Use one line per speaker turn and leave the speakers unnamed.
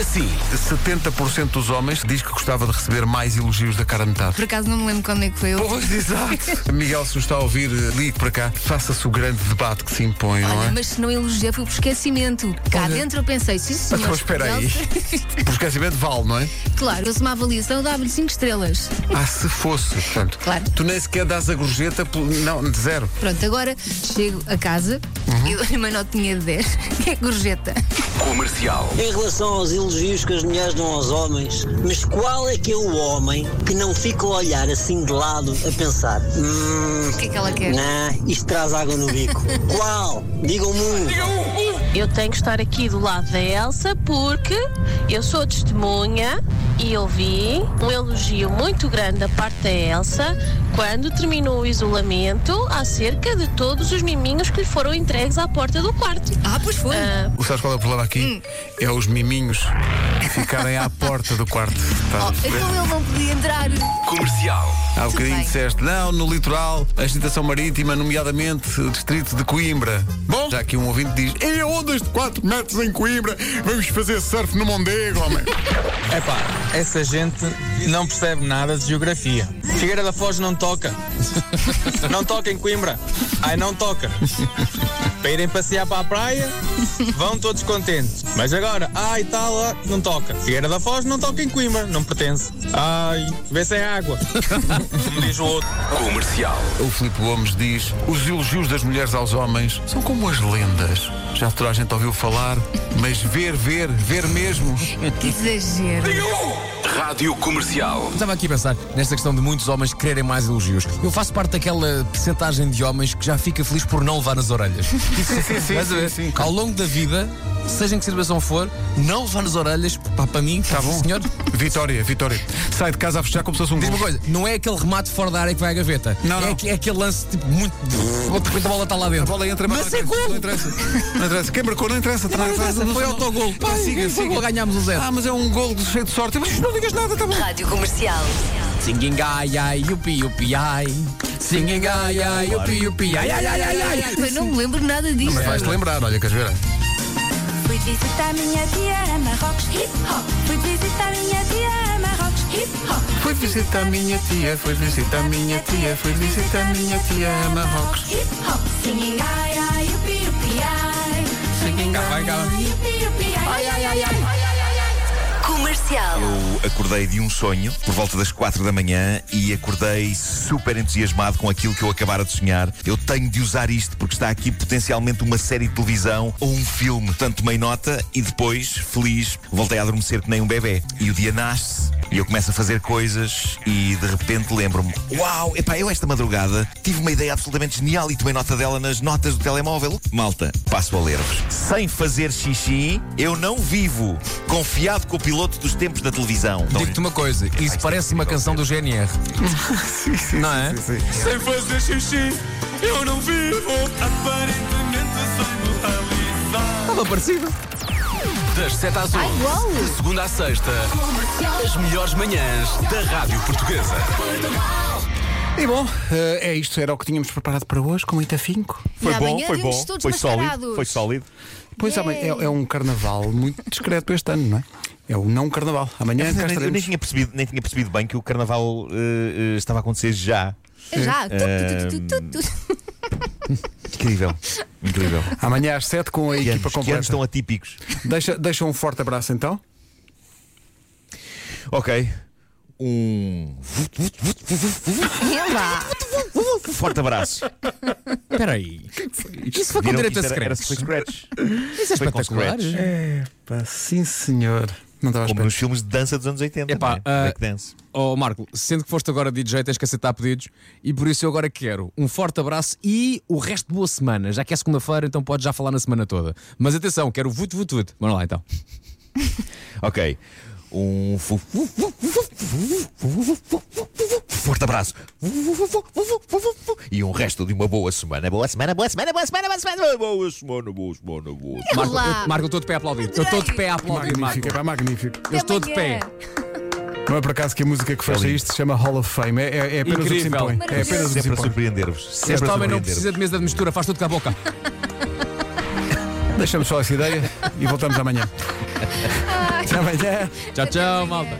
Assim, 70% dos homens diz que gostava de receber mais elogios da cara a metade.
Por acaso não me lembro quando é que foi eu.
Pois, exato. Miguel, se nos está a ouvir, eh, ligue para cá. Faça-se o grande debate que se impõe, não
Olha,
é?
mas se não elogiar foi por esquecimento. Cá
Olha.
dentro eu pensei, sim senhor.
Então, espera aí. Por esquecimento, vale, não é?
claro, eu se uma avaliação dava-lhe 5 estrelas.
Ah, se fosse, portanto.
Claro.
Tu nem sequer dás a gorjeta, pelo- não, de zero.
Pronto, agora chego a casa e dou-lhe uma notinha de 10. Que é gorjeta.
Comercial.
Em relação aos elogios que as mulheres dão aos homens, mas qual é que é o homem que não fica a olhar assim de lado a pensar? Hum,
O que é que ela quer?
não, isto traz água no bico. qual? Digam-me um.
Eu tenho que estar aqui do lado da Elsa porque eu sou testemunha e eu vi um elogio muito grande da parte da Elsa quando terminou o isolamento acerca de todos os miminhos que lhe foram entregues à porta do quarto.
Ah, pois foi.
Ah,
O sabes qual é o problema
Hum.
aqui? É os miminhos ficarem à porta do quarto. Estás a
Oh,
perceber?
então ele não podia entrar.
Comercial.
Há um
Tudo
bocadinho
bem.
disseste, não, no litoral, a agitação marítima, nomeadamente o distrito de Coimbra. Bom, já aqui um ouvinte diz, em ondas de 4 metros em Coimbra, vamos fazer surf no Mondego, homem.
Epá, essa gente não percebe nada de geografia. Figueira da Foz não toca. Não toca em Coimbra. Ai, não toca. Para irem passear para a praia, vão todos contentes. Mas agora, ai, tal, ó, não toca. Figueira da Foz não toca em Coimbra, não pertence. Ai, vê se é água. Como diz o outro.
Comercial.
o Filipe Gomes diz, os elogios das mulheres aos homens são como as lendas. Já toda a gente ouviu falar, mas ver, ver, ver mesmo.
Que exagero.
Rádio Comercial.
Estava aqui a pensar nesta questão de muitos homens quererem mais elogios. Eu faço parte daquela percentagem de homens que já fica feliz por não levar nas orelhas.
Sim, sim, sim,
Mas,
sim, sim.
Ao longo da vida, seja em que situação for, não levar nas orelhas, pá, para mim, é
Tá bom.
senhor.
Vitória, Vitória. Sai de casa a fechar como se fosse um
Diz uma
gol.
coisa, não é aquele remate fora da área que vai à gaveta.
Não,
é,
não.
aque- é aquele lance tipo muito. Quando a bola está lá dentro.
A bola tá entra,
mas,
não
é
interessa,
como?
Não interessa. um Não interessa. Quem marcou não interessa. Não
interessa, foi autogol. Pá,
Siga,
foi gol,
siga.
ganhámos o zero.
Ah, mas é um gol cheio de sorte. Mas não digas nada, tá bom.
Rádio Comercial.
Singing ai ai, yupi yupi ai. Singing ai ai, yupi yupi ai ai ai ai ai.
Eu não me lembro nada disto.
Mas vais-te lembrar, olha, queres ver?
Fui visitar minha tia a Marrocos, hip hop. Fui visitar minha tia a Marrocos, hip hop.
Foi visitar minha tia, foi visitar minha tia, foi visitar minha tia a Marrocos.
Hip hop, singing ai ai upi upi ai. Singing
vai, cá vai.
upi upi ai ai ai ai.
Comercial.
Eu acordei de um sonho por volta das 4 da manhã e acordei super entusiasmado com aquilo que eu acabara de sonhar. Eu tenho de usar isto porque está aqui potencialmente uma série de televisão ou um filme. Portanto, tomei nota e depois, feliz, voltei a adormecer que nem um bebê. E o dia nasce e eu começo a fazer coisas e de repente lembro-me: Uau, epá, eu esta madrugada tive uma ideia absolutamente genial e tomei nota dela nas notas do telemóvel. Malta, passo a ler-vos. Sem fazer xixi, eu não vivo. Confiado com o piloto dos tempos da televisão.
Digo-te uma coisa, isso parece uma canção do GNR. Não é?
Sem fazer xixi, eu não vivo. Aparentemente sou mortalizado.
Estava parecido.
Das 7 às 11. de segunda à sexta. As melhores manhãs da Rádio Portuguesa.
E bom, eh, é isto, era o que tínhamos preparado para hoje, com muito afinco.
Foi bom, foi bom. Todos mascarados.
sólido.
Pois sabem, é, é um carnaval muito discreto este ano, não é? É o não carnaval.
É,
Amanhã cá
É, Eu nem
estaremos.
tinha, percebido, nem tinha percebido bem que o carnaval eh, eh, estava a acontecer já.
Já. Tu, tu, tu, tu, tu, tu.
Incrível. Incrível.
Amanhã às 7 com a
Que anos,
equipa
que anos
completa.
tão atípicos.
Deixa, deixa um forte abraço então.
Ok. Um
Vê lá.
forte abraço.
Espera aí. Isso foi com
Viram é que
direito a
isto era- era-
secretos.
foi scratch.
Isso é
foi com
espetacular.
scratch.
Pá, sim senhor. Não estava a
Como
esperar.
nos filmes de dança dos anos 80.
Epá,
não é?
ah,
Breakdance.
Oh, Marco, sendo que foste agora DJ, tens que aceitar pedidos e por isso eu agora quero um forte abraço e o resto de boa semana. Já que é segunda-feira, então podes já falar na semana toda. Mas atenção, quero vut vut vut. Vamos lá então.
Ok. Um fu- fu- fu- fu- fu- fu- fu- fu- fu- forte abraço. E um resto de uma boa semana. Boa semana, boa semana, boa semana, boa semana, boa semana, boa semana, boa semana.
Marco,
Olá.
eu, Marco, eu estou de pé a aplaudir. Eu estou de pé a aplaudir, Marco.
Magnífico, é pá, magnífico.
Eu estou de
amanhã.
pé.
Não é por acaso que a música que fecha
lindo.
isto se chama Hall of Fame. É, é- é apenas
Incrível.
o que se impõe. É apenas o que se
Sempre a
impõe.
surpreender-vos.
Este
Sempre a
homem não
surpreender-vos.
precisa de mesa de mistura, faz tudo com a boca. Deixamos só essa ideia e voltamos amanhã. Até amanhã.
Tchau, tchau, malta.